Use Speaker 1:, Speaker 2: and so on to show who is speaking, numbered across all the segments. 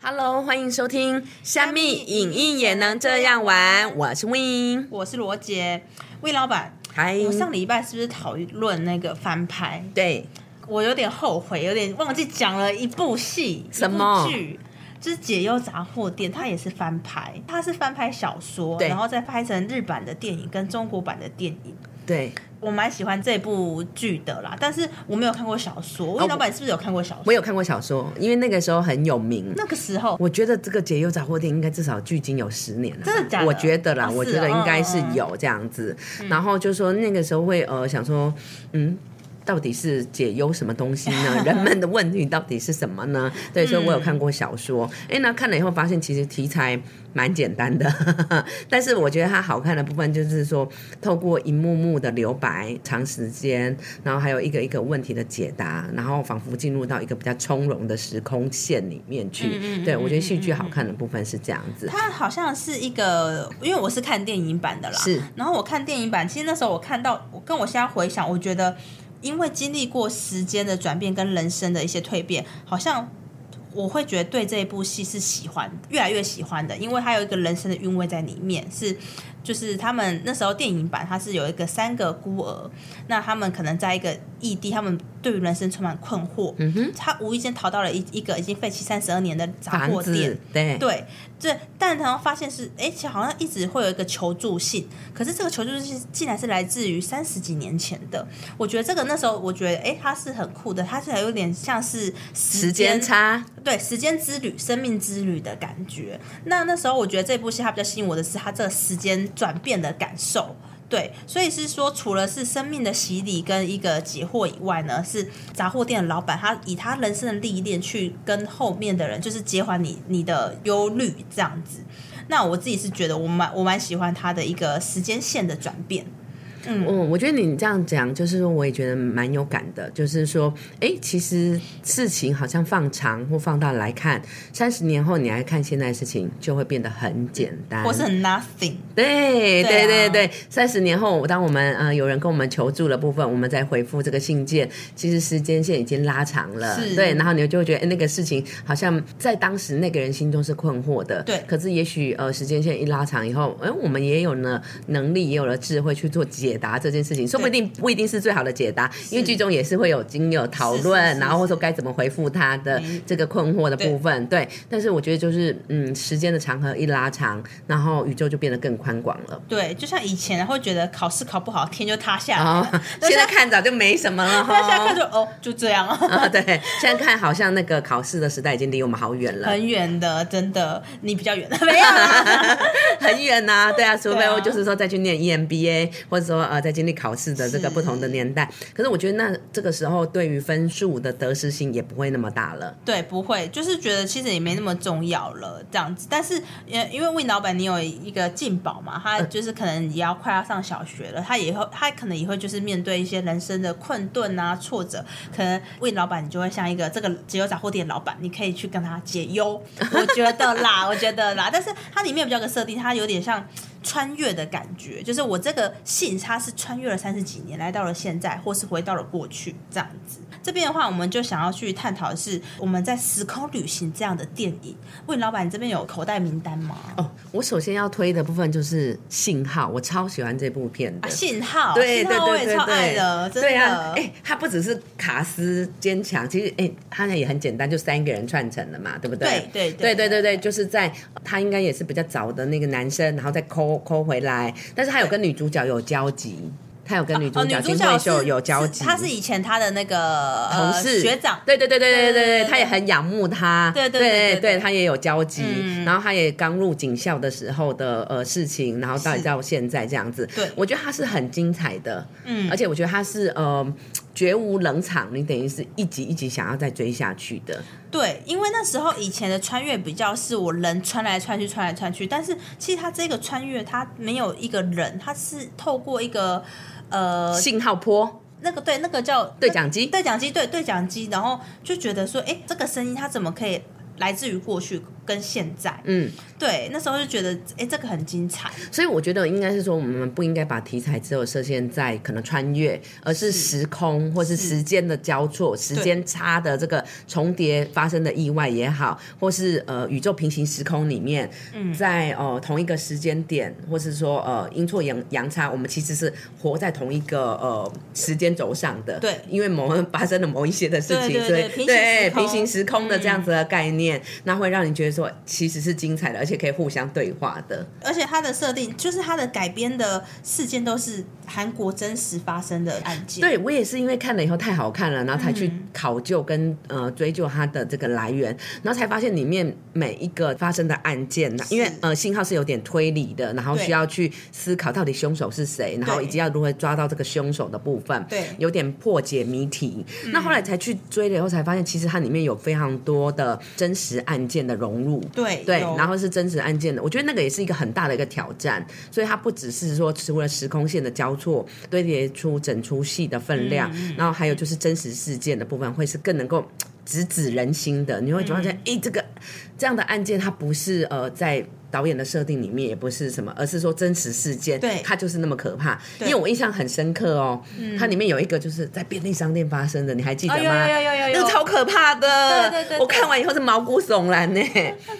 Speaker 1: Hello，欢迎收听《虾米影音也能这样玩》，我是 Win。
Speaker 2: 我是罗杰，魏老板，
Speaker 1: 嗨，
Speaker 2: 我上礼拜是不是讨论那个翻拍？
Speaker 1: 对，
Speaker 2: 我有点后悔，有点忘记讲了一部戏，
Speaker 1: 什么
Speaker 2: 一部剧，就是《解忧杂货店》，它也是翻拍，它是翻拍小说，
Speaker 1: 对
Speaker 2: 然后再拍成日版的电影跟中国版的电影。
Speaker 1: 对
Speaker 2: 我蛮喜欢这部剧的啦，但是我没有看过小说。
Speaker 1: 我
Speaker 2: 魏老板是不是有看过小
Speaker 1: 哦我
Speaker 2: 说？
Speaker 1: 有看过小说，因为那个时候很有名。
Speaker 2: 那个时候
Speaker 1: 我觉得这个解忧杂货店应该至少距今有十年了吧，
Speaker 2: 真的假的
Speaker 1: 我觉得啦，
Speaker 2: 哦
Speaker 1: 我
Speaker 2: 是
Speaker 1: 觉得
Speaker 2: 哦
Speaker 1: 应该
Speaker 2: 嗯
Speaker 1: 是
Speaker 2: 嗯嗯嗯
Speaker 1: 有这样子。然后就说那个时候会呃想说，嗯。到底是解忧什么东西 呢？人们的问题到底是什么呢？对，所以我
Speaker 2: 嗯
Speaker 1: 有看过小说。哎、那看了以后发现，其实题材蛮简单的， 但是我觉得它好看的部分就是说，透过一幕幕的留白、长时间，然后还有一个一个问题的解答，然后仿佛进入到一个比较从容的时空线里面去。对我觉得戏剧好看的部分是这样子。
Speaker 2: 它好像是一个，因为我是看电影版的啦。
Speaker 1: 是。
Speaker 2: 然后我看电影版，其实那时候我看到，我跟我现在回想，我觉得因为经历过时间的转变跟人生的一些蜕变，好像。我会觉得对这一部戏是喜欢，越来越喜欢的，因为它有一个人生的韵味在里面。是，就是他们那时候电影版，它是有一个三个孤儿，那他们可能在一个异地，他们对于人生充满困惑。嗯哼，他无意间逃到了一一个已经废弃三十二年的杂
Speaker 1: 房
Speaker 2: 货店
Speaker 1: 子，对
Speaker 2: 对，这但然后发现是，哎、其实好像一直会有一个求助信，可是这个求助信竟然是来自于三十几年前的。我觉得这个那时候，我觉得哎、诶它是很酷的，它是有点像是
Speaker 1: 时间差，
Speaker 2: 对时间之旅、生命之旅的感觉。那那时候我觉得这部戏它比较吸引我的是它这个时间转变的感受。对，所以是说，除了是生命的洗礼跟一个解惑以外呢，是杂货店的老板他以他人生的历练去跟后面的人，就是解缓你你的忧虑这样子。那我自己是觉得我蛮我蛮喜欢他的一个时间线的转变。
Speaker 1: 嗯，我觉得你这样讲，就是说我也觉得蛮有感的，就是说，哎，其实事情好像放长或放大来看，三十年后你来看现在的事情，就会变得很简单，
Speaker 2: 我是很 nothing，
Speaker 1: 对
Speaker 2: 对
Speaker 1: 对对
Speaker 2: 啊
Speaker 1: 对，三十年后，当我们呃有人跟我们求助的部分，我们再回复这个信件，其实时间线已经拉长了，
Speaker 2: 是
Speaker 1: 对，然后你就会觉得，哎，那个事情好像在当时那个人心中是困惑的，
Speaker 2: 对
Speaker 1: 可是也许呃时间线一拉长以后，哎，我们也有了能力，也有了智慧去做解答这件事情，说不定不一定是最好的解答，因为剧中也是会有经有讨
Speaker 2: 是嗯
Speaker 1: 论，
Speaker 2: 是
Speaker 1: 然后或者说该怎么回复他的这个困惑的部分，对，但是我觉得就是嗯时间的长河一拉长，然后宇宙就变得更宽广 了。
Speaker 2: 对，就像以前会觉得考试考不好，天就塌下来
Speaker 1: 哦
Speaker 2: 了。，
Speaker 1: 现在看早就没什么了
Speaker 2: 那现在看
Speaker 1: 哈。
Speaker 2: 就哦，就这样啊。
Speaker 1: 啊， 对，现在看好像那个考试的时代已经离我们好远了，
Speaker 2: 很远的，真的，你比较远， 没有啦。
Speaker 1: 很远呐、对啊，除非
Speaker 2: 对啊
Speaker 1: 我就是说再去念 E EMBA，或者说呃在经历考试的这个
Speaker 2: 是
Speaker 1: 不同的年代。可是我觉得那这个时候对于分数的得失性也不会那么大了。
Speaker 2: 对，不会，就是觉得其实也没那么重要了，这样子。但是，呃，因为魏老板你有一个进宝嘛，他就是可能也要快要上小学了，他以后他可能也会就是面对一些人生的困顿啊、挫折，可能魏老板你就会像一个这个解忧杂货店老板，你可以去跟他解忧，我觉得啦，我觉得啦。但是它里面比较有个设定，它有点像。穿越的感觉，就是我这个信，它是穿越了三十几年，来到了现在，或是回到了过去这样子。这边的话，我们就想要去探讨的是我们在时空旅行这样的电影。问老板，你这边有口袋名单吗？
Speaker 1: 哦，我首先要推的部分就是信号，我超喜欢这部片的。
Speaker 2: 啊，信号，
Speaker 1: 对
Speaker 2: 信
Speaker 1: 对
Speaker 2: 号我
Speaker 1: 对
Speaker 2: 也
Speaker 1: 对
Speaker 2: 超爱
Speaker 1: 对，
Speaker 2: 的，真的。
Speaker 1: 对啊，哎、他不只是卡斯坚强，其实哎、他那也很简单，就三个人串成的嘛，对不对？
Speaker 2: 对
Speaker 1: 对
Speaker 2: 对
Speaker 1: 对
Speaker 2: 对
Speaker 1: 对对就是在他应该也是比较早的那个男生，然后再抠抠回来，但是他有跟女主角有交集，他有跟女主
Speaker 2: 哦，女
Speaker 1: 角
Speaker 2: 主
Speaker 1: 金
Speaker 2: 角
Speaker 1: 惠
Speaker 2: 是
Speaker 1: 秀有交集，
Speaker 2: 她是以前她的那个
Speaker 1: 同
Speaker 2: 呃
Speaker 1: 事、
Speaker 2: 学长，
Speaker 1: 对对对对对对
Speaker 2: 对对
Speaker 1: 对，
Speaker 2: 对
Speaker 1: 他也很仰慕他，
Speaker 2: 对
Speaker 1: 对
Speaker 2: 对对对对
Speaker 1: 他也有交集，
Speaker 2: 嗯
Speaker 1: 然后他也刚入警校的时候的呃事情，然后到
Speaker 2: 是
Speaker 1: 到现在这样子，
Speaker 2: 对
Speaker 1: 我觉得他是很精彩的，
Speaker 2: 嗯
Speaker 1: 而且我觉得他是呃绝无冷场，你等于是一集一集想要再追下去的，
Speaker 2: 对，因为那时候以前的穿越比较是我人穿来穿去，穿来穿去，但是其实他这个穿越他没有一个人，他是透过一个呃
Speaker 1: 信号波
Speaker 2: 那个对那个叫
Speaker 1: 对讲机，
Speaker 2: 对讲机对对讲机，然后就觉得说，哎，这个声音它怎么可以来自于过去？跟现在，
Speaker 1: 嗯，
Speaker 2: 对，那时候就觉得，哎、这个很精彩，
Speaker 1: 所以我觉得应该是说，我们不应该把题材只有设限在可能穿越，而是时空或是时间的交错、时间差的这个重叠发生的意外也好，或是呃宇宙平行时空里面，
Speaker 2: 嗯
Speaker 1: 在呃同一个时间点，或是说呃阴错阳阳差，我们其实是活在同一个呃时间轴上的。
Speaker 2: 对
Speaker 1: 因为某发生了某一些的事情，
Speaker 2: 对对
Speaker 1: 所
Speaker 2: 对
Speaker 1: 以
Speaker 2: 平行
Speaker 1: 对
Speaker 2: 时空嗯
Speaker 1: 平行时空的这样子的概念，那会让你觉得说其实是精彩的，而且可以互相对话的。
Speaker 2: 而且它的设定就是它的改编的事件都是韩国真实发生的案件，
Speaker 1: 对我也是因为看了以后太好看了，然后才去
Speaker 2: 嗯
Speaker 1: 考究跟呃追究它的这个来源，然后才发现里面每一个发生的案件，因为
Speaker 2: 是
Speaker 1: 呃信号是有点推理的，然后
Speaker 2: 对
Speaker 1: 需要去思考到底凶手是谁，然后
Speaker 2: 对
Speaker 1: 以及要如何抓到这个凶手的部分，
Speaker 2: 对嗯
Speaker 1: 有点破解谜题。那后来才去追了以后才发现，其实它里面有非常多的真实案件的融入。
Speaker 2: 对
Speaker 1: 对，
Speaker 2: 有
Speaker 1: 然后是真实案件的，我觉得那个也是一个很大的一个挑战，所以它不只是说除了时空线的交错堆叠出整出戏的分量，
Speaker 2: 嗯
Speaker 1: 然后还有就是真实事件的部分会是更能够直指人心的，你会觉得
Speaker 2: 嗯
Speaker 1: 哎、诶这个这样的案件它不是呃在。导演的设定里面也不是什么，而是说真实事件，
Speaker 2: 对
Speaker 1: 它就是那么可怕。因
Speaker 2: 对嗯
Speaker 1: 为我印象很深刻哦，它里面有一个就是在便利商店发生的，你还记得
Speaker 2: 哦
Speaker 1: 吗？
Speaker 2: 有有有有
Speaker 1: 那
Speaker 2: 有
Speaker 1: 个
Speaker 2: 有
Speaker 1: 超可怕的。
Speaker 2: 对对对对
Speaker 1: 我看完以后是毛骨悚然 呢、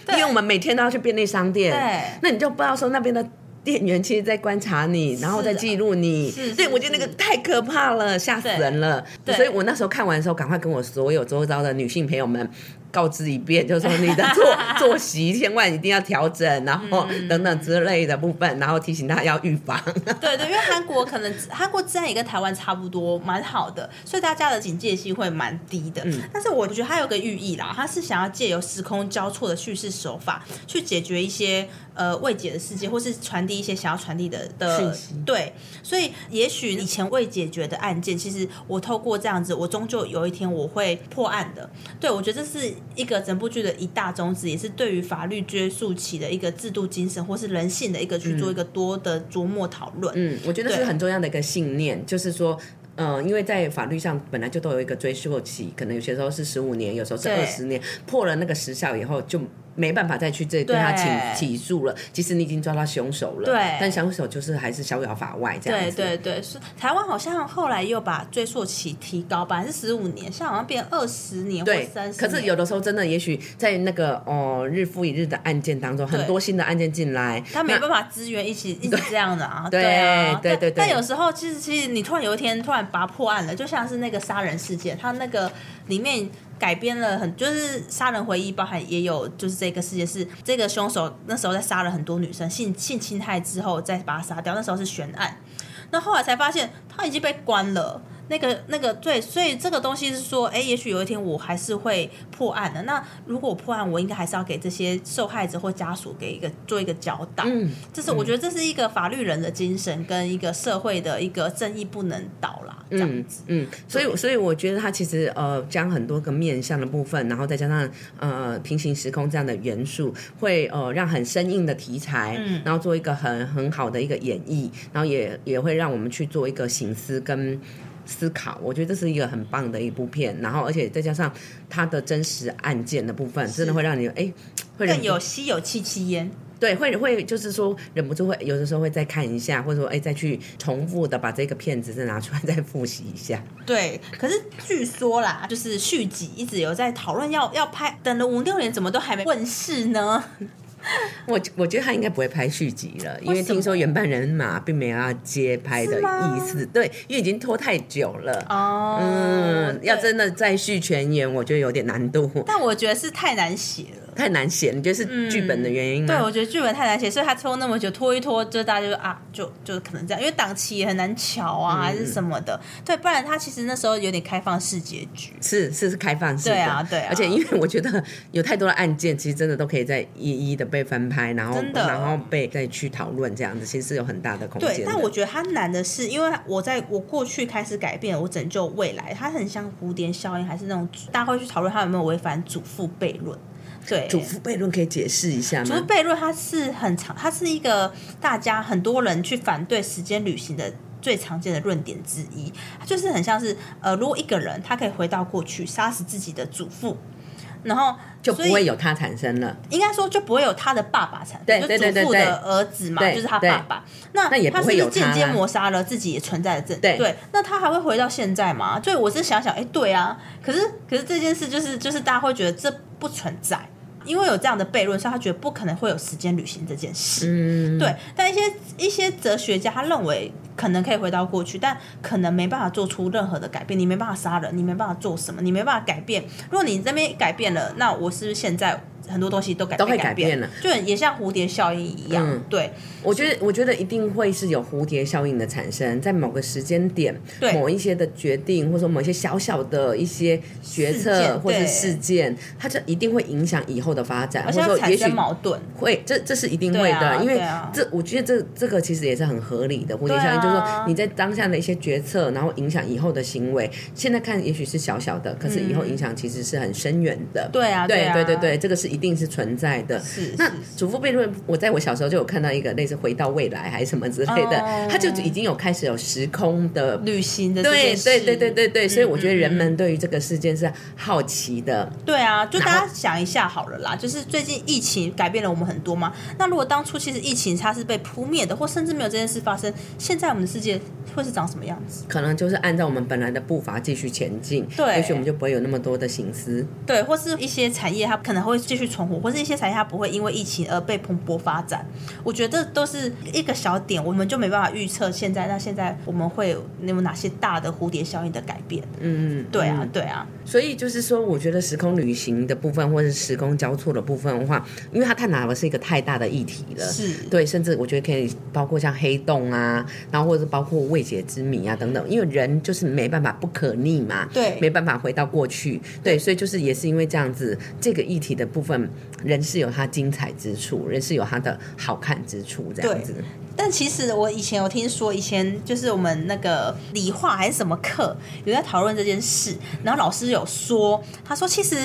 Speaker 1: 因为我们每天都要去便利商店，
Speaker 2: 对
Speaker 1: 那你就不知道说那边的。店员其实在观察你，然后再记录你，
Speaker 2: 啊是是
Speaker 1: 对我觉得那个
Speaker 2: 是
Speaker 1: 太可怕了，吓死人了。
Speaker 2: 对
Speaker 1: 所以我那时候看完的时候，赶快跟我所有周遭的女性朋友们告知一遍，就是说你的 作作息千万一定要调整，然后
Speaker 2: 嗯
Speaker 1: 等等之类的部分，然后提醒大家要预防。
Speaker 2: 对对，因为韩国可能韩国治安也跟台湾差不多，蛮好的，所以大家的警戒心会蛮低的。
Speaker 1: 嗯
Speaker 2: 但是我觉得它有个寓意啦，它是想要借由时空交错的叙事手法，去解决一些呃未解的事件，或是传递一些想要传递的
Speaker 1: 讯
Speaker 2: 的
Speaker 1: 息
Speaker 2: 对。所以也许以前未解决的案件，其实我透过这样子，我终究有一天我会破案的。对，我觉得这是一个整部剧的一大宗旨，也是对于法律追溯期的一个制度精神，或是人性的一个去做一个多的琢磨讨论。
Speaker 1: 嗯，我觉得是
Speaker 2: 对
Speaker 1: 很重要的一个信念，就是说。嗯，因为在法律上本来就都有一个追溯期，可能有些时候是十五年，有时候是
Speaker 2: 对
Speaker 1: 二十年，破了那个时效以后就没办法再去这对他起
Speaker 2: 对
Speaker 1: 起诉了。其实你已经抓到凶手了，
Speaker 2: 对
Speaker 1: 但凶手就是还是逍遥法外这样
Speaker 2: 对
Speaker 1: 子。
Speaker 2: 对对，是台湾好像后来又把追溯期提高，本来是十五年，现在好像变二十年或
Speaker 1: 对
Speaker 2: 三十。
Speaker 1: 可是有的时候真的，也许在那个哦、日复一日的案件当中，很多新的案件进来，
Speaker 2: 他没
Speaker 1: 那
Speaker 2: 办法支援一起一直这样的啊，
Speaker 1: 对
Speaker 2: 啊，
Speaker 1: 对
Speaker 2: 但
Speaker 1: 对对
Speaker 2: 但有时候其实其实你突然有一天突然把它破案了，就像是那个杀人事件，它那个里面改编了很，就是《杀人回忆》包含也有就是这个事件是这个凶手那时候在杀了很多女生，性性侵害之后再把她杀掉，那时候是悬案，那后来才发现他已经被关了。那个那个对，所以这个东西是说，哎，也许有一天我还是会破案的。那如果我破案，我应该还是要给这些受害者或家属给一个做一个交代。
Speaker 1: 嗯，
Speaker 2: 这是我觉得这是一个法律人的精神跟一个社会的一个正义不能倒啦，这样子。
Speaker 1: 嗯，所以所以我觉得它其实呃，将很多个面向的部分，然后再加上呃平行时空这样的元素，会呃让很生硬的题材，
Speaker 2: 嗯
Speaker 1: 然后做一个很很好的一个演绎，然后也也会让我们去做一个醒思跟。思考，我觉得这是一个很棒的一部片，然后而且再加上它的真实案件的部分，真的会让你哎，会忍
Speaker 2: 更
Speaker 1: 不
Speaker 2: 有稀有戚戚焉，
Speaker 1: 对，会会就是说忍不住会有的时候会再看一下，或者说哎再去重复的把这个片子再拿出来再复习一下。
Speaker 2: 对。可是据说啦，就是续集一直有在讨论要要拍，等了五六年怎么都还没问世呢？
Speaker 1: 我我觉得他应该不会拍续集了，因
Speaker 2: 为
Speaker 1: 为
Speaker 2: 什么
Speaker 1: 听说原班人马并没有要接拍的
Speaker 2: 是吗
Speaker 1: 意思，对，因为已经拖太久了。
Speaker 2: 哦，
Speaker 1: 嗯，要
Speaker 2: 对。
Speaker 1: 真的再续全员，我觉得有点难度，
Speaker 2: 但我觉得是太难写了。
Speaker 1: 太难写。你觉得是剧本的原因
Speaker 2: 嗯对，
Speaker 1: 吗？
Speaker 2: 我觉得剧本太难写，所以他拖那么久，拖一拖，就大家就啊，就就可能这样，因为档期也很难瞧啊，还是什么的。对，不然他其实那时候有点开放式结局。
Speaker 1: 是是是开放式的，
Speaker 2: 对啊对啊
Speaker 1: 而且因为我觉得有太多的案件，其实真的都可以在一一的被翻拍，然后
Speaker 2: 真的
Speaker 1: 然后被再去讨论这样子，其实是有很大的空间的。
Speaker 2: 对，但我觉得它难的是，因为我在我过去开始改变，我拯救未来，它很像蝴蝶效应，还是那种大家会去讨论它有没有违反祖父悖论。对，
Speaker 1: 主妇悖论可以解释一下
Speaker 2: 祖
Speaker 1: 吗
Speaker 2: 父？悖论它是很常，它是一个大家很多人去反对时间旅行的。最常见的论点之一，它就是很像是呃，如果一个人他可以回到过去杀死自己的祖父，然后
Speaker 1: 就
Speaker 2: 所
Speaker 1: 不
Speaker 2: 以
Speaker 1: 会有它产生了。
Speaker 2: 应该说就不会有他的爸爸产
Speaker 1: 对
Speaker 2: 生，
Speaker 1: 对对
Speaker 2: 就祖父
Speaker 1: 对对
Speaker 2: 的儿子嘛，
Speaker 1: 对
Speaker 2: 就是他爸爸。那
Speaker 1: 那也不
Speaker 2: 他是
Speaker 1: 会
Speaker 2: 不
Speaker 1: 有
Speaker 2: 是
Speaker 1: 他
Speaker 2: 间
Speaker 1: 啦
Speaker 2: 接抹杀了自己存在的证？
Speaker 1: 对
Speaker 2: 那他还会回到现在吗？所以我是想想，哎、对啊，可是可是这件事就是就是大家会觉得这不存在，因为有这样的悖论，所以他觉得不可能会有时间旅行这件事。
Speaker 1: 嗯，
Speaker 2: 对，但一些一些哲学家他认为可能可以回到过去，但可能没办法做出任何的改变。你没办法杀人，你没办法做什么，你没办法改变。如果你这边改变了，那我是不是现在很多东西都改
Speaker 1: 都会
Speaker 2: 被
Speaker 1: 改
Speaker 2: 变
Speaker 1: 变了？
Speaker 2: 就很也像蝴蝶效应一样。
Speaker 1: 嗯
Speaker 2: 对
Speaker 1: 我觉得，我觉得一定会是有蝴蝶效应的产生，在某个时间点，
Speaker 2: 对
Speaker 1: 某一些的决定，或者说某一些小小的一些决
Speaker 2: 事
Speaker 1: 策
Speaker 2: 件
Speaker 1: 或是
Speaker 2: 对
Speaker 1: 事件，它就一定会影响以后的发展，
Speaker 2: 而
Speaker 1: 或
Speaker 2: 且
Speaker 1: 者
Speaker 2: 要
Speaker 1: 说
Speaker 2: 产
Speaker 1: 也许
Speaker 2: 生矛盾。
Speaker 1: 会，这这是一定会
Speaker 2: 对
Speaker 1: 的，
Speaker 2: 啊
Speaker 1: 因为
Speaker 2: 对啊
Speaker 1: 这我觉得这这个其实也是很合理的蝴蝶
Speaker 2: 对啊
Speaker 1: 效应，就是说你在当下的一些决策，然后影响以后的行为。现在看也许是小小的，可是以后影响其实是很深远的。
Speaker 2: 对啊，
Speaker 1: 对
Speaker 2: 啊，
Speaker 1: 对对对，这个是一定是存在的。
Speaker 2: 是
Speaker 1: 那
Speaker 2: 是
Speaker 1: 祖父悖论，我在我小时候就有看到一个类似回到未来还是什么之类的，
Speaker 2: 哦
Speaker 1: 它就已经有开始有时空的。
Speaker 2: 旅行的这
Speaker 1: 对
Speaker 2: 件事
Speaker 1: 对对对对对，所以我觉得人
Speaker 2: 嗯嗯
Speaker 1: 们对于这个事件是好奇的。
Speaker 2: 对啊，就
Speaker 1: 然后
Speaker 2: 大家想一下好了啦，就是最近疫情改变了我们很多嘛。那如果当初其实疫情它是被扑灭的，或甚至没有这件事发生，现在我们的世界会是长什么样子？
Speaker 1: 可能就是按照我们本来的步伐继续前进，
Speaker 2: 对
Speaker 1: 也许我们就不会有那么多的醒思。
Speaker 2: 对，或是一些产业它可能会继续存活，或是一些产业它不会因为疫情而被蓬勃发展。我觉得都是一个小点，我们就没办法预测现在。那现在我们会有哪些大的蝴蝶效应的改变？
Speaker 1: 嗯，
Speaker 2: 对啊，
Speaker 1: 嗯
Speaker 2: 对啊，
Speaker 1: 所以就是说，我觉得时空旅行的部分，或者是时空交错的部分的话，因为它探讨的是一个太大的议题了。
Speaker 2: 是。
Speaker 1: 对，甚至我觉得可以包括像黑洞啊，然后或者是包括未解之谜啊等等，因为人就是没办法不可逆嘛，
Speaker 2: 对
Speaker 1: 没办法回到过去，对，所以就是也是因为这样子，这个议题的部分，人是有它精彩之处，人是有它的好看之处，这样
Speaker 2: 对
Speaker 1: 子。
Speaker 2: 但其实我以前有听说，以前就是我们那个理化还是什么课有在讨论这件事，然后老师有说，他说其实。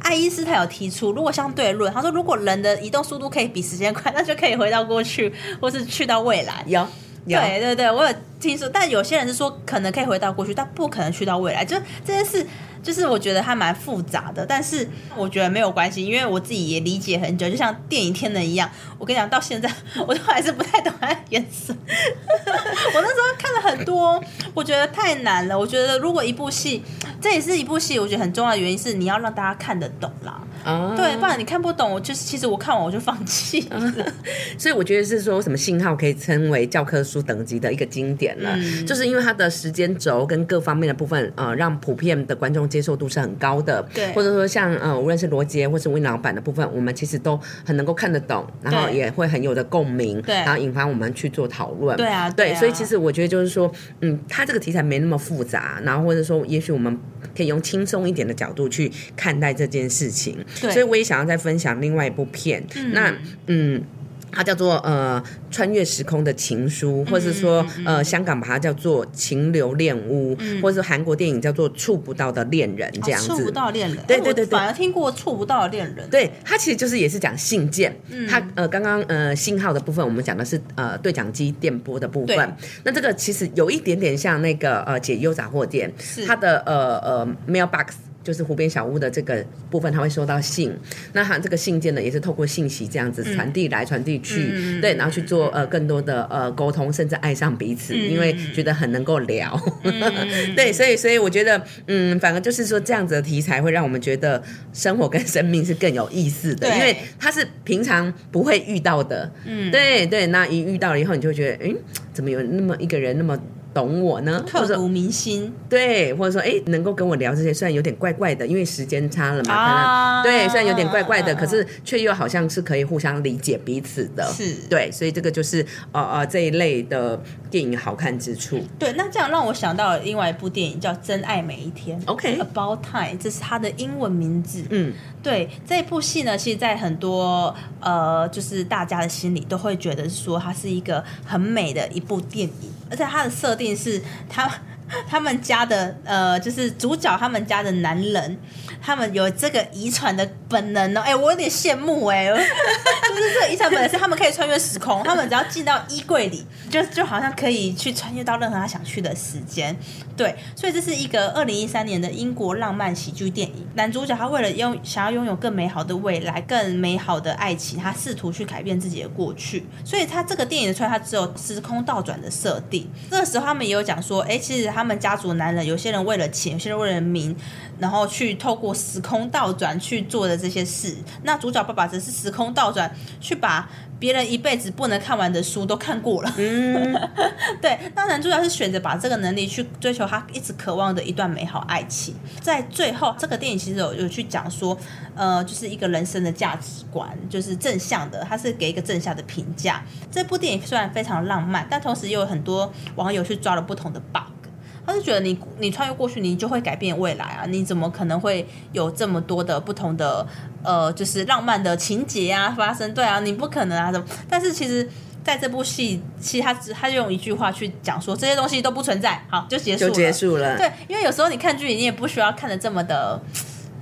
Speaker 2: 爱因斯坦有提出，如果相对论，他说如果人的移动速度可以比时间快，那就可以回到过去，或是去到未来。
Speaker 1: 有有，
Speaker 2: 对对对，我有听说，但有些人是说可能可以回到过去，但不可能去到未来。就这件事，就是我觉得还蛮复杂的，但是我觉得没有关系，因为我自己也理解很久，就像电影《天能》一样。我跟你讲，到现在我都还是不太懂他的演什么 我那时候看了很多，我觉得太难了。我觉得如果一部戏，这也是一部戏，我觉得很重要的原因是你要让大家看得懂啦。
Speaker 1: 啊
Speaker 2: 对，不然你看不懂，我就是其实我看完我就放弃了。
Speaker 1: 嗯 所以我觉得是说什么信号可以称为教科书等级的一个经典了，
Speaker 2: 嗯
Speaker 1: 就是因为它的时间轴跟各方面的部分，呃，让普遍的观众接受度是很高的。
Speaker 2: 对
Speaker 1: 或者说像呃，无论是罗杰或是温老板的部分，我们其实都很能够看得懂，然后
Speaker 2: 对
Speaker 1: 也会很有的共鸣，
Speaker 2: 对
Speaker 1: 然后引发我们去做讨论。
Speaker 2: 对啊对
Speaker 1: 对，
Speaker 2: 啊
Speaker 1: 所以其实我觉得就是说，嗯，它这个题材没那么复杂，然后或者说，也许我们可以用轻松一点的角度去看待这件事情。
Speaker 2: 对
Speaker 1: 所以我也想要再分享另外一部片，那嗯。它叫做呃穿越时空的情书，
Speaker 2: 嗯
Speaker 1: 或是说呃香港把它叫做情流恋屋，或者是韩国电影叫做触不到的恋人这样子。
Speaker 2: 嗯哦触不到恋人，
Speaker 1: 对
Speaker 2: 哎
Speaker 1: 对对对
Speaker 2: 我反而听过触不到的恋人，
Speaker 1: 对，它其实就是也是讲信件，它呃刚刚呃信号的部分，我们讲的是呃对讲机电波的部
Speaker 2: 对
Speaker 1: 分。那这个其实有一点点像那个呃解忧杂货店，它的呃呃 mailbox。就是湖边小屋的这个部分，它会收到信。那它这个信件呢，也是透过信息这样子传递来、传递去，对，然后去做呃更多的呃沟通，甚至爱上彼此，因为觉得很能够聊。 对，所以所以我觉得，嗯，反而就是说这样子的题材会让我们觉得生活跟生命是更有意思的，
Speaker 2: 对
Speaker 1: 因为它是平常不会遇到的。嗯，对对，那一遇到了以后，你就会觉得，嗯，怎么有那么一个人那么懂我呢？或
Speaker 2: 刻
Speaker 1: 者
Speaker 2: 骨铭心。
Speaker 1: 对，或者说哎、诶能够跟我聊这些，虽然有点怪怪的，因为时间差了嘛，
Speaker 2: 啊
Speaker 1: 可能对，虽然有点怪怪的，
Speaker 2: 嗯嗯
Speaker 1: 可是却又好像是可以互相理解彼此的。
Speaker 2: 是
Speaker 1: 对，所以这个就是呃呃这一类的电影好看之处。
Speaker 2: 对，那这样让我想到了另外一部电影叫《真爱每一天》
Speaker 1: OK
Speaker 2: About Time，这是它的英文名字。
Speaker 1: 嗯，
Speaker 2: 对，这部戏呢，其实，在很多呃，就是大家的心里都会觉得说，它是一个很美的一部电影，而且它的设 定是它。他们家的呃，就是主角他们家的男人，他们有这个遗传的本能哦。哎、我有点羡慕哎、 就是这个遗传本能是他们可以穿越时空，他们只要进到衣柜里，就就好像可以去穿越到任何他想去的时间。对，所以这是一个二零一三年的英国浪漫喜剧电影。男主角他为了拥想要拥有更美好的未来、更美好的爱情，他试图去改变自己的过去。所以他这个电影出来，他只有时空倒转的设定。这个时候他们也有讲说，哎，其实他们家族的男人有些人为了钱，有些人为了名，然后去透过时空倒转去做的这些事。那主角爸爸则是时空倒转去把。别人一辈子不能看完的书都看过了， 对，那男主角是选择把这个能力去追求他一直渴望的一段美好爱情。在最后，这个电影其实有有去讲说，呃，就是一个人生的价值观，就是正向的，它是给一个正向的评价。这部电影虽然非常浪漫，但同时也有很多网友去抓了不同的 bug。他就觉得你你穿越过去，你就会改变未来啊！你怎么可能会有这么多的不同的呃，就是浪漫的情节啊发生？对啊，你不可能啊！怎么？但是其实在这部戏，其实他只他就用一句话去讲说这些东西都不存在，好就结束
Speaker 1: 就
Speaker 2: 了。
Speaker 1: 结束了。
Speaker 2: 对，因为有时候你看剧，你也不需要看的这么的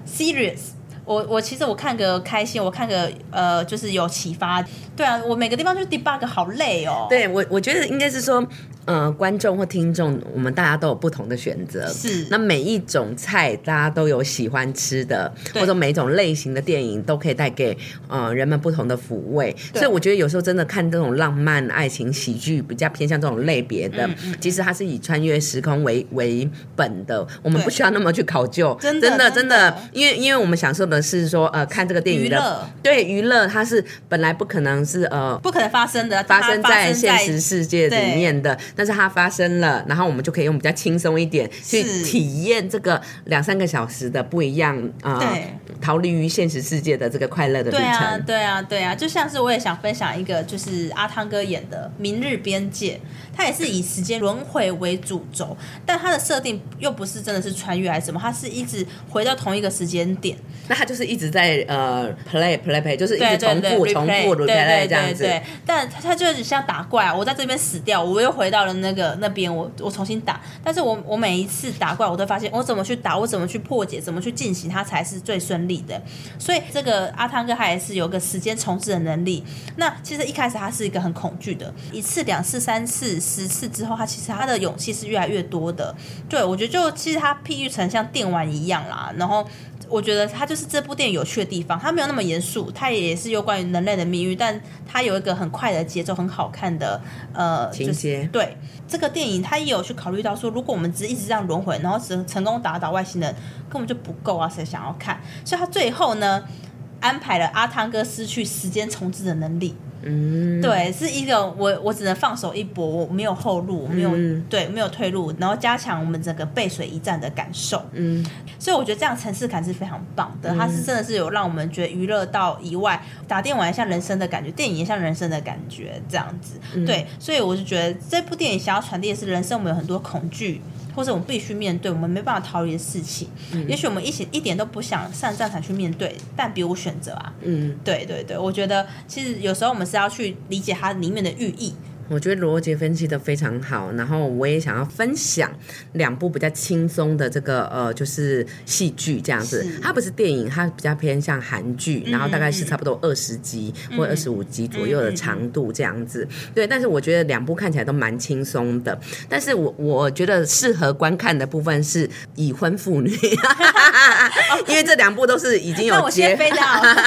Speaker 2: serious。我我其实我看个开心，我看个呃，就是有启发。对啊，我每个地方去 debug 好累哦。
Speaker 1: 对我，我觉得应该是说，呃，观众或听众，我们大家都有不同的选择。
Speaker 2: 是
Speaker 1: 那每一种菜，大家都有喜欢吃的，
Speaker 2: 对
Speaker 1: 或者每一种类型的电影都可以带给呃人们不同的抚慰。
Speaker 2: 对
Speaker 1: 所以我觉得有时候真的看这种浪漫爱情喜剧，比较偏向这种类别
Speaker 2: 嗯
Speaker 1: 的，其实它是以穿越时空为为本的，我们
Speaker 2: 对
Speaker 1: 不需要那么去考究。
Speaker 2: 真的
Speaker 1: 真的，
Speaker 2: 真
Speaker 1: 真
Speaker 2: 的
Speaker 1: 的，因为因为我们享受的是说，呃，看这个电
Speaker 2: 娱
Speaker 1: 影的
Speaker 2: 乐
Speaker 1: 对娱乐，它是本来不可能是呃
Speaker 2: 不可能发生的，
Speaker 1: 发
Speaker 2: 它
Speaker 1: 生在现实世界里面的，但是它发生了，然后我们就可以用比较轻松一点去
Speaker 2: 是
Speaker 1: 体验这个两三个小时的不一样啊、
Speaker 2: 对
Speaker 1: 呃，逃离于现实世界的这个快乐的旅
Speaker 2: 对啊，
Speaker 1: 程。
Speaker 2: 对啊，对啊，就像是我也想分享一个，就是阿汤哥演的《明日边界》，它也是以时间轮回为主轴，但它的设定又不是真的是穿越还是什么，它是一直回到同一个时间点，
Speaker 1: 那他就是一直在呃 play play play，就是一直
Speaker 2: 对对
Speaker 1: 重
Speaker 2: 对
Speaker 1: 复
Speaker 2: replay，
Speaker 1: 重复
Speaker 2: 对
Speaker 1: replay
Speaker 2: 对
Speaker 1: 这样
Speaker 2: 对
Speaker 1: 子。
Speaker 2: 对，但他他就是像打怪、啊，我在这边死掉，我又回到了那个那边，我我重新打，但是我我每一次打怪，我都发现哦我怎么去打，我怎么去破解，怎么去进行，它才是最顺利的。所以这个阿汤哥他也是有个时间重置的能力。那其实一开始他是一个很恐惧的，一次、两次、三次、十次之后，他其实他的勇气是越来越多的。对我觉得就其实他譬喻成像电玩一样啦，然后。我觉得它就是这部电影有趣的地方，它没有那么严肃，它也是有关于人类的命运，但它有一个很快的节奏，很好看的呃
Speaker 1: 情
Speaker 2: 就是
Speaker 1: 节
Speaker 2: 对这个电影，它也有去考虑到说，如果我们只一直这样轮回，然后只成功打倒外星人，根本就不够啊，谁想要看？所以他最后呢，安排了阿汤哥失去时间重置的能力。嗯，对，是一个我我只能放手一搏，我没有后路，我没有、对，没有退路，然后加强我们整个背水一战的感受。
Speaker 1: 嗯，
Speaker 2: 所以我觉得这样层次感是非常棒的，它是真的是有让我们觉得娱乐到以外，打电玩也像人生的感觉，电影也像人生的感觉这样子。对，所以我就觉得这部电影想要传递的是人生我们有很多恐惧。或者我们必须面对我们没办法逃离的事情，也许我们一起一点都不想上战场去面对，但别无选择啊。
Speaker 1: 嗯，
Speaker 2: 对对对，我觉得其实有时候我们是要去理解它里面的寓意。
Speaker 1: 我觉得罗杰分析的非常好，然后我也想要分享两部比较轻松的这个呃，就是戏剧这样子
Speaker 2: 是。
Speaker 1: 它不是电影，它比较偏向韩剧，然后大概是差不多二十集或二十五集左右的长度这样子。对，但是我觉得两部看起来都蛮轻松的，但是我我觉得适合观看的部分是已婚妇女，因为这两部都是已经有
Speaker 2: 那我
Speaker 1: 结
Speaker 2: 先飞到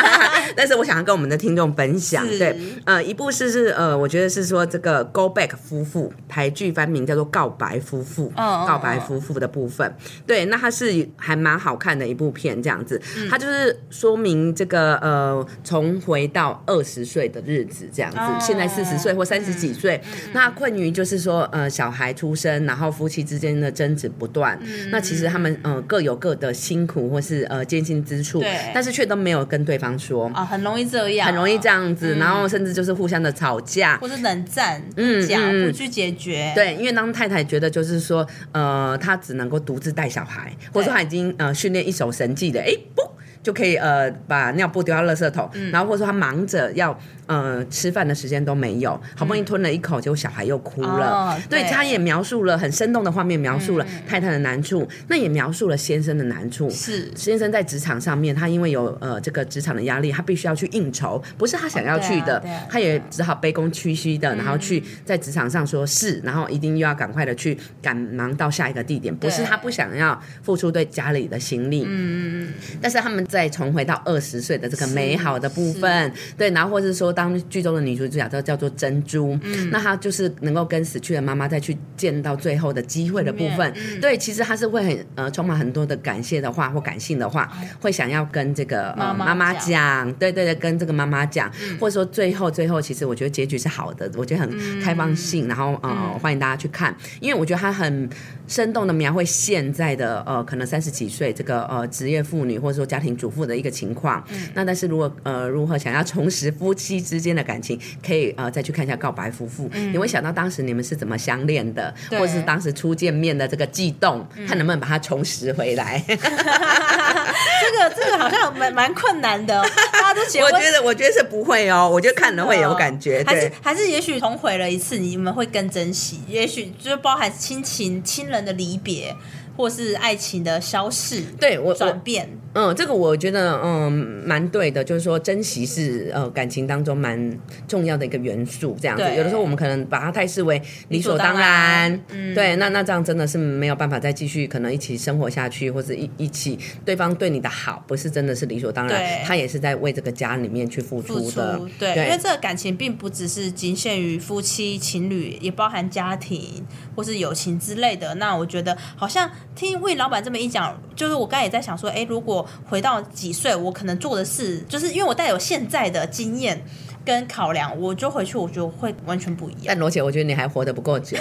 Speaker 1: 但是我想要跟我们的听众分享，
Speaker 2: 是
Speaker 1: 对，呃，一部是是呃，我觉得是说这个 Go Back 夫妇，台剧翻名叫做《告白夫妇》，
Speaker 2: 嗯嗯
Speaker 1: 告白夫妇的部分，对，那它是还蛮好看的一部片，这样子，
Speaker 2: 嗯
Speaker 1: 它就是说明这个呃，重回到二十岁的日子这样子，
Speaker 2: 哦嗯
Speaker 1: 现在四十岁或三十几岁，那困于就是说呃，小孩出生，然后夫妻之间的争执不断，
Speaker 2: 嗯
Speaker 1: 那其实他们呃各有各的辛苦或是呃艰辛之处
Speaker 2: 对，
Speaker 1: 但是却都没有跟对方说，
Speaker 2: 啊，很容易这样，
Speaker 1: 很容易这，样子，然后甚至就是互相的吵架。
Speaker 2: 或是冷战，
Speaker 1: 嗯
Speaker 2: 讲
Speaker 1: 嗯
Speaker 2: 不去解决，
Speaker 1: 对，因为当太太觉得就是说，呃，她只能够独自带小孩，或者说她已经呃训练一手神技的，哎不。就可以呃把尿布丢到垃圾桶，
Speaker 2: 嗯
Speaker 1: 然后或者说他忙着要呃吃饭的时间都没有，好不容易吞了一口，结果小孩又哭了
Speaker 2: 嗯哦。
Speaker 1: 对，
Speaker 2: 对嗯
Speaker 1: 他也描述了很生动的画面，描述了太太的难处，那也描述了先生的难处。
Speaker 2: 是
Speaker 1: 先生在职场上面，他因为有呃这个职场的压力，他必须要去应酬，不是他想要去的，
Speaker 2: 哦对啊对啊
Speaker 1: 他也只好卑躬屈膝的，然后去在职场上说是，然后一定又要赶快的去赶忙到下一个地点，不是他不想要付出对家里的心力，嗯嗯，但是他们再重回到二十岁的这个美好的部分，对，然后或是说当剧中的女主角叫叫做珍珠，那她就是能够跟死去的妈妈再去见到最后的机会的部分，对，其实她是会很呃充满很多的感谢的话或感性的话，会想要跟这个呃
Speaker 2: 妈妈
Speaker 1: 妈妈
Speaker 2: 讲
Speaker 1: 讲，对对对，跟这个妈妈讲，或者说最后最后，其实我觉得结局是好的，我觉得很开放性，然后呃、欢迎大家去看，因为我觉得她很生动的描绘现在的呃可能三十几岁这个呃职业妇女或者说家庭主妇的一个情况，那但是如果呃如何想要重拾夫妻之间的感情，可以呃再去看一下《告白夫妇》你会想到当时你们是怎么相恋的，
Speaker 2: 对
Speaker 1: 或是当时初见面的这个悸动，看能不能把它重拾回来。
Speaker 2: 这个这个好像蛮蛮困难的、哦，大家都结
Speaker 1: 我
Speaker 2: 婚
Speaker 1: 觉得我觉得是不会哦，我觉得看了会有感觉，
Speaker 2: 还是
Speaker 1: 对。
Speaker 2: 还是也许重回了一次，你们会更珍惜，也许就是包含亲情、亲人的离别，或是爱情的消逝、
Speaker 1: 对我我
Speaker 2: 转变。
Speaker 1: 嗯，这个我觉得嗯蛮对的，就是说珍惜是呃感情当中蛮重要的一个元素，这样子。
Speaker 2: 对
Speaker 1: 有的时候我们可能把它太视为理所当
Speaker 2: 理
Speaker 1: 然，
Speaker 2: 所当然嗯
Speaker 1: 对，那那这样真的是没有办法再继续可能一起生活下去，或者一一起对方对你的好不是真的是理所当然
Speaker 2: 对，
Speaker 1: 他也是在为这个家里面去付
Speaker 2: 付
Speaker 1: 出
Speaker 2: 出
Speaker 1: 的，
Speaker 2: 对，因为这个感情并不只是仅限于夫妻、情侣，也包含家庭或是友情之类的。那我觉得，好像听魏老板这么一讲，就是我刚才也在想说，哎，如果回到几岁，我可能做的事，就是因为我带有现在的经验跟考量，我就回去，我就会完全不一样
Speaker 1: 但。罗姐，我觉得你还活得不够久，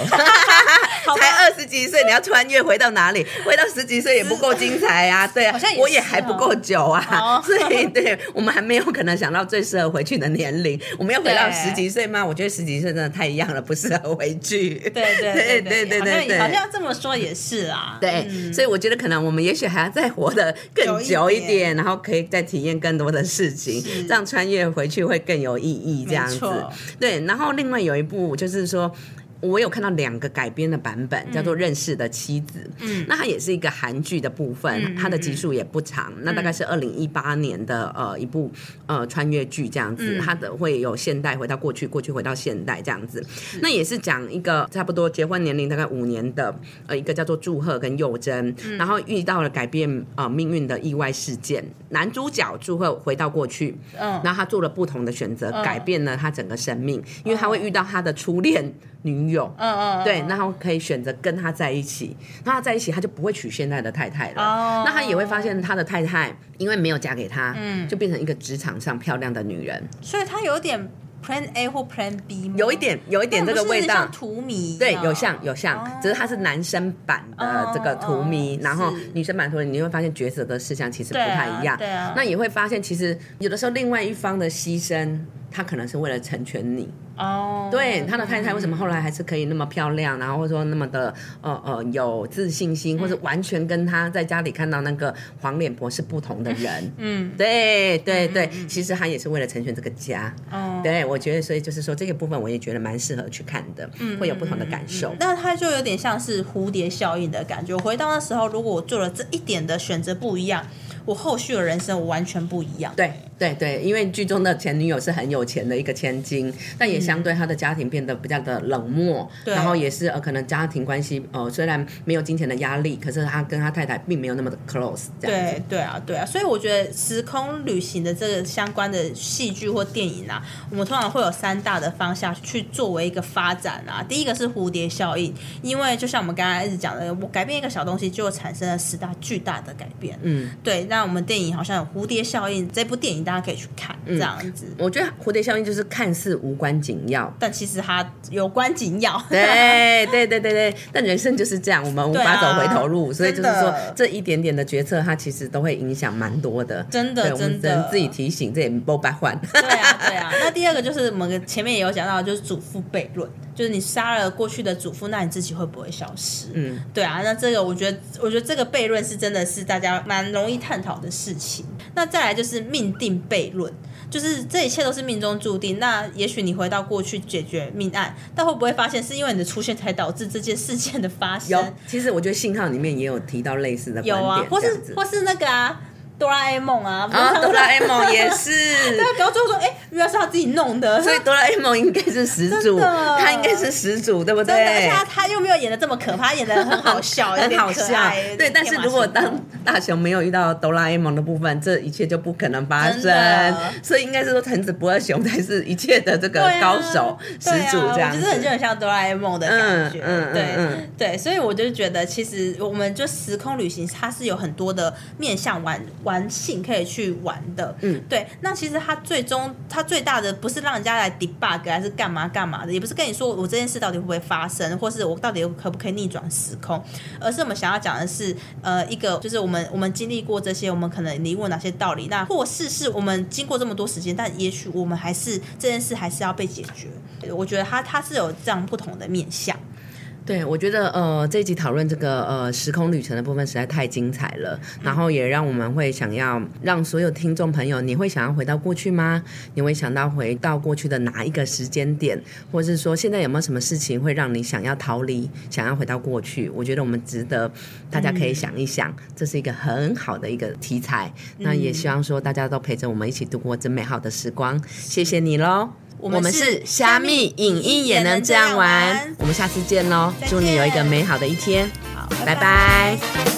Speaker 2: 好吧
Speaker 1: 才二十几岁，你要穿越回到哪 里？回到十几岁也不够精彩啊！对啊，
Speaker 2: 好像也是
Speaker 1: 我也还不够久啊
Speaker 2: 哦，
Speaker 1: 所以对我们还没有可能想到最适合回去的年 龄。我们要回到
Speaker 2: 对
Speaker 1: 十几岁吗？我觉得十几岁真的太一样了，不适合回去。
Speaker 2: 对对
Speaker 1: 对 对
Speaker 2: 对
Speaker 1: 对对
Speaker 2: 好像好像这么说也是啊。
Speaker 1: 对，
Speaker 2: 嗯
Speaker 1: 所以我觉得可能我们也许还要再活得更久
Speaker 2: 久
Speaker 1: 一
Speaker 2: 一
Speaker 1: 点，
Speaker 2: 点
Speaker 1: 然后可以再体验更多的事情，
Speaker 2: 是
Speaker 1: 这样穿越回去会更有意义。这样
Speaker 2: 没
Speaker 1: 子
Speaker 2: 错，
Speaker 1: 对。然后另外有一部就是说。我有看到两个改编的版
Speaker 2: 嗯
Speaker 1: 本，叫做《认识的妻子》。嗯，那它也是一个韩剧的部分，
Speaker 2: 嗯
Speaker 1: 它的集数也不长，那大概是二零一八年的呃一部呃穿越剧这样子，它的会有现代回到过去，过去回到现代这样子。那也是讲一个差不多结婚年龄大概五年的呃一个叫做祝贺跟佑珍，然后遇到了改变呃命运的意外事件。男主角祝贺回到过去，
Speaker 2: 嗯
Speaker 1: 然后他做了不同的选择，改变了他整个生命，因为他会遇到他的初恋女友。
Speaker 2: 嗯嗯，
Speaker 1: 对，那他可以选择跟他在一起，那他在一起，他就不会娶现在的太太了。
Speaker 2: 哦
Speaker 1: 那他也会发现他的太太因为没有嫁给他，嗯，就变成一个职场上漂亮的女人，
Speaker 2: 所以它有点 Plan A 或 Plan B，吗
Speaker 1: 有一点有一点这个味
Speaker 2: 嗯那
Speaker 1: 道
Speaker 2: 不是像。嗯荼蘼一样，
Speaker 1: 对，有像有像，只是它是男生版的
Speaker 2: 哦
Speaker 1: 这个荼蘼，
Speaker 2: 哦
Speaker 1: 然后
Speaker 2: 是
Speaker 1: 女生版荼蘼，你会发现角色的事项其实不
Speaker 2: 对啊
Speaker 1: 太一样。
Speaker 2: 对啊
Speaker 1: 那也会发现，其实有的时候另外一方的牺牲，他可能是为了成全你。
Speaker 2: 哦，
Speaker 1: 对，他的太太为什么后来还是可以那么漂亮，然后或者说那么的呃呃有自信
Speaker 2: 嗯
Speaker 1: 心，或者完全跟他在家里看到那个黄脸婆是不同的人。
Speaker 2: 嗯，
Speaker 1: 对对对，其实他也是为了成全这个家。
Speaker 2: 哦。
Speaker 1: 对，我觉得所以就是说这个部分我也觉得蛮适合去看的，
Speaker 2: 嗯
Speaker 1: 会有不同的感受。
Speaker 2: 那它就有点像是蝴蝶效应的感觉。我回到那时候，如果我做了这一点的选择不一样，我后续的人生我完全不一样。
Speaker 1: 对对对，因为剧中的前女友是很有钱的一个千金，但也相对她的家庭变得比较的冷漠，
Speaker 2: 对
Speaker 1: 然后也是呃可能家庭关系呃虽然没有金钱的压力，可是她跟她太太并没有那么的 close 这样子。
Speaker 2: 对对啊，对啊，所以我觉得时空旅行的这个相关的戏剧或电影啊，我们通常会有三大的方向去作为一个发展啊。第一个是蝴蝶效应，因为就像我们刚才一直讲的，我改变一个小东西就产生了十大巨大的改变。
Speaker 1: 嗯，
Speaker 2: 对。那我们电影好像有蝴蝶效应，这部电影大家可以去看，这样子。
Speaker 1: 我觉得蝴蝶效应就是看似无关紧 要。
Speaker 2: 但其实它有关紧要，
Speaker 1: 对对对对对，但人生就是这样，我们无法
Speaker 2: 对啊
Speaker 1: 走回头路，所以就是
Speaker 2: 真
Speaker 1: 说
Speaker 2: 的
Speaker 1: 这一点点的决策，它其实都会影响蛮多的。
Speaker 2: 真的
Speaker 1: 对我们
Speaker 2: 真
Speaker 1: 只
Speaker 2: 的
Speaker 1: 能自己提醒，这也不白 换。
Speaker 2: 对啊，对啊。那第二个就是我们前面也有讲到，就是祖父悖论，就是你杀了过去的祖父，那你自己会不会消失？
Speaker 1: 嗯，
Speaker 2: 对啊。那这个我觉得，我觉得这个悖论是真的是大家蛮容易探讨的事情。那再来就是命定悖论，就是这一切都是命中注定。那也许你回到过去解决命案，但会不会发现是因为你的出现才导致这件事件的发
Speaker 1: 有
Speaker 2: 生？，
Speaker 1: 其实我觉得信号里面也有提到类似的观
Speaker 2: 有
Speaker 1: 点，
Speaker 2: 啊，或
Speaker 1: 这
Speaker 2: 是
Speaker 1: 样子
Speaker 2: 或是那个啊，哆啦 A 梦啊，不是
Speaker 1: 啊，
Speaker 2: 常
Speaker 1: 哆啦 A 梦也
Speaker 2: 常
Speaker 1: 是，
Speaker 2: 对啊，搞到最后说，哎、原来是他自己弄的，
Speaker 1: 所以哆啦 A 梦应该是始祖，
Speaker 2: 真的
Speaker 1: 他应该是始祖，对不
Speaker 2: 真的，而且
Speaker 1: 对？
Speaker 2: 他他又没有演的这么可怕，他演的很好笑，有
Speaker 1: 很
Speaker 2: 点
Speaker 1: 好
Speaker 2: 可
Speaker 1: 笑
Speaker 2: 爱有点。
Speaker 1: 对，但是
Speaker 2: 天马
Speaker 1: 如果
Speaker 2: 行空
Speaker 1: 当大雄没有遇到哆啦 A 梦的部分，这一切就不可能发
Speaker 2: 真
Speaker 1: 生
Speaker 2: 的。
Speaker 1: 所以应该是说藤子不二雄才是一切的这个
Speaker 2: 对啊
Speaker 1: 高手、始
Speaker 2: 对
Speaker 1: 祖这样
Speaker 2: 啊，我
Speaker 1: 子。
Speaker 2: 就是很就很像哆啦 A 梦的感觉，
Speaker 1: 嗯嗯嗯
Speaker 2: 对、
Speaker 1: 嗯
Speaker 2: 对，所以我就觉得，其实我们就时空旅行，它是有很多的面向玩玩性可以去玩的，
Speaker 1: 嗯，
Speaker 2: 对。那其实它最终它最大的不是让人家来 debug 还是干嘛干嘛的，也不是跟你说我这件事到底会不会发生，或是我到底可不可以逆转时空，而是我们想要讲的是，呃，一个就是我们我们经历过这些，我们可能领悟哪些道理，那或是是我们经过这么多时间，但也许我们还是这件事还是要被解决。我觉得它它是有这样不同的面向，
Speaker 1: 对，我觉得呃这一集讨论这个呃时空旅程的部分实在太精彩了，
Speaker 2: 嗯
Speaker 1: 然后也让我们会想要让所有听众朋友，你会想要回到过去吗？你会想到回到过去的哪一个时间点，或是说现在有没有什么事情会让你想要逃离，想要回到过去？我觉得我们值得大家可
Speaker 2: 嗯
Speaker 1: 以想一想，这是一个很好的一个题材。那
Speaker 2: 嗯
Speaker 1: 也希望说大家都陪着我们一起度过这美好的时光，谢谢你喽。
Speaker 2: 我们是
Speaker 1: 虾米影音也能这样
Speaker 2: 也能这样
Speaker 1: 玩
Speaker 2: 玩。
Speaker 1: 我们下次见喽
Speaker 2: 再！见
Speaker 1: 祝你有一个美好的一天，
Speaker 2: 好，
Speaker 1: 拜拜
Speaker 2: 拜